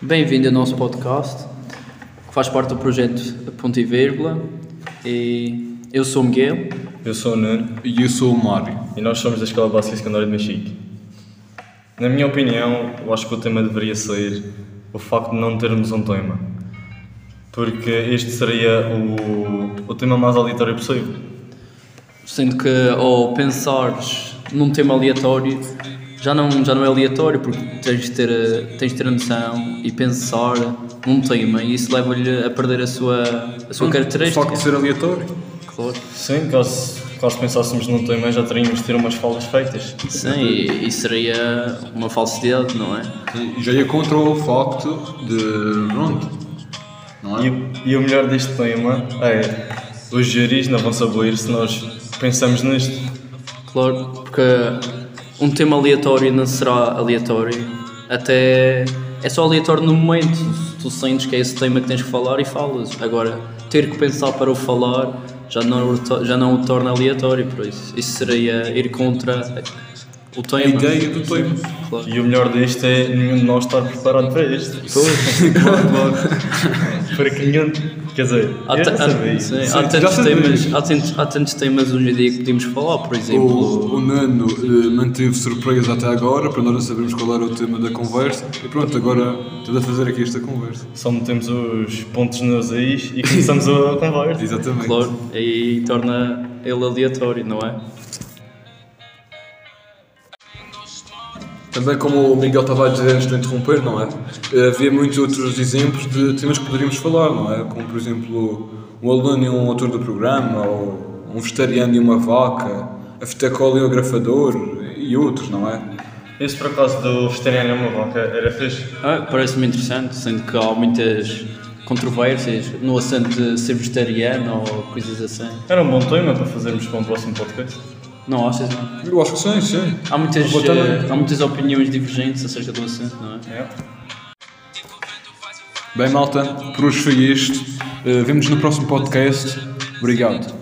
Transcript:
Bem-vindo ao nosso podcast, que faz parte do projeto Ponto e Vírgula. E eu sou o Miguel. Eu sou o Nuno E eu sou o Mário. e nós somos da Escola Básica Secundária de Mexique. Na minha opinião, eu acho que o tema deveria ser o facto de não termos um tema. Porque este seria o, o tema mais aleatório possível. Sendo que ao pensares num tema aleatório, já não, já não é aleatório, porque tens de ter, a- tens de ter a noção e pensar num tema, e isso leva-lhe a perder a sua, a sua característica. Hum, O facto de ser aleatório. Claro. Sim, caso, caso pensássemos num tema já teríamos de ter umas falas feitas. Sim, e, e seria uma falsidade, não é? E Já ia contra o facto de. Pronto. Não é? E, e o melhor deste tema é os juris não vão saber se nós pensamos nisto. Claro, porque um tema aleatório não será aleatório. Até é só aleatório no momento. Se Tu sentes que é esse tema que tens que falar e falas. Agora, ter que pensar para o falar já não, o to- já não o torna aleatório, por isso. Isso seria ir contra o tema. A ideia do tema. Claro. E o melhor deste é nenhum de nós estar preparado para este. Claro, claro. Porque nenhum. Quer dizer, Há, eu ta- não sabia há, isso. Ah, tá, sim, Sim, há já tantos sabia. temas, há, tantos, há tantos temas hoje em dia que podíamos falar, por exemplo. O, o Nano eh, manteve surpresa até agora, para nós não sabermos qual era o tema da conversa. E pronto, agora estamos a fazer aqui esta conversa. Só metemos os pontos nos is e começamos a conversa. Exatamente. Claro, e torna ele aleatório, não é? Também como o Miguel estava a dizer antes de interromper, não é? Eh, Havia muitos outros exemplos de temas que poderíamos falar, não é? Como, por exemplo, um aluno e um autor do programa, ou um vegetariano e uma vaca, a fita cola e o grafador, e outros, não é? Esse por acaso do vegetariano é uma vaca era fixe. Ah, Parece-me interessante, sendo que há muitas controvérsias no assunto de ser vegetariano ou coisas assim. Era um bom tema para fazermos para um próximo podcast. Não achas? Não? Eu acho que sim, sim. Há muitas, Vou também. eh, há muitas opiniões divergentes acerca do assunto, não é? É. Bem, malta, por hoje foi isto. Eh, Vemo-nos no próximo podcast. Obrigado.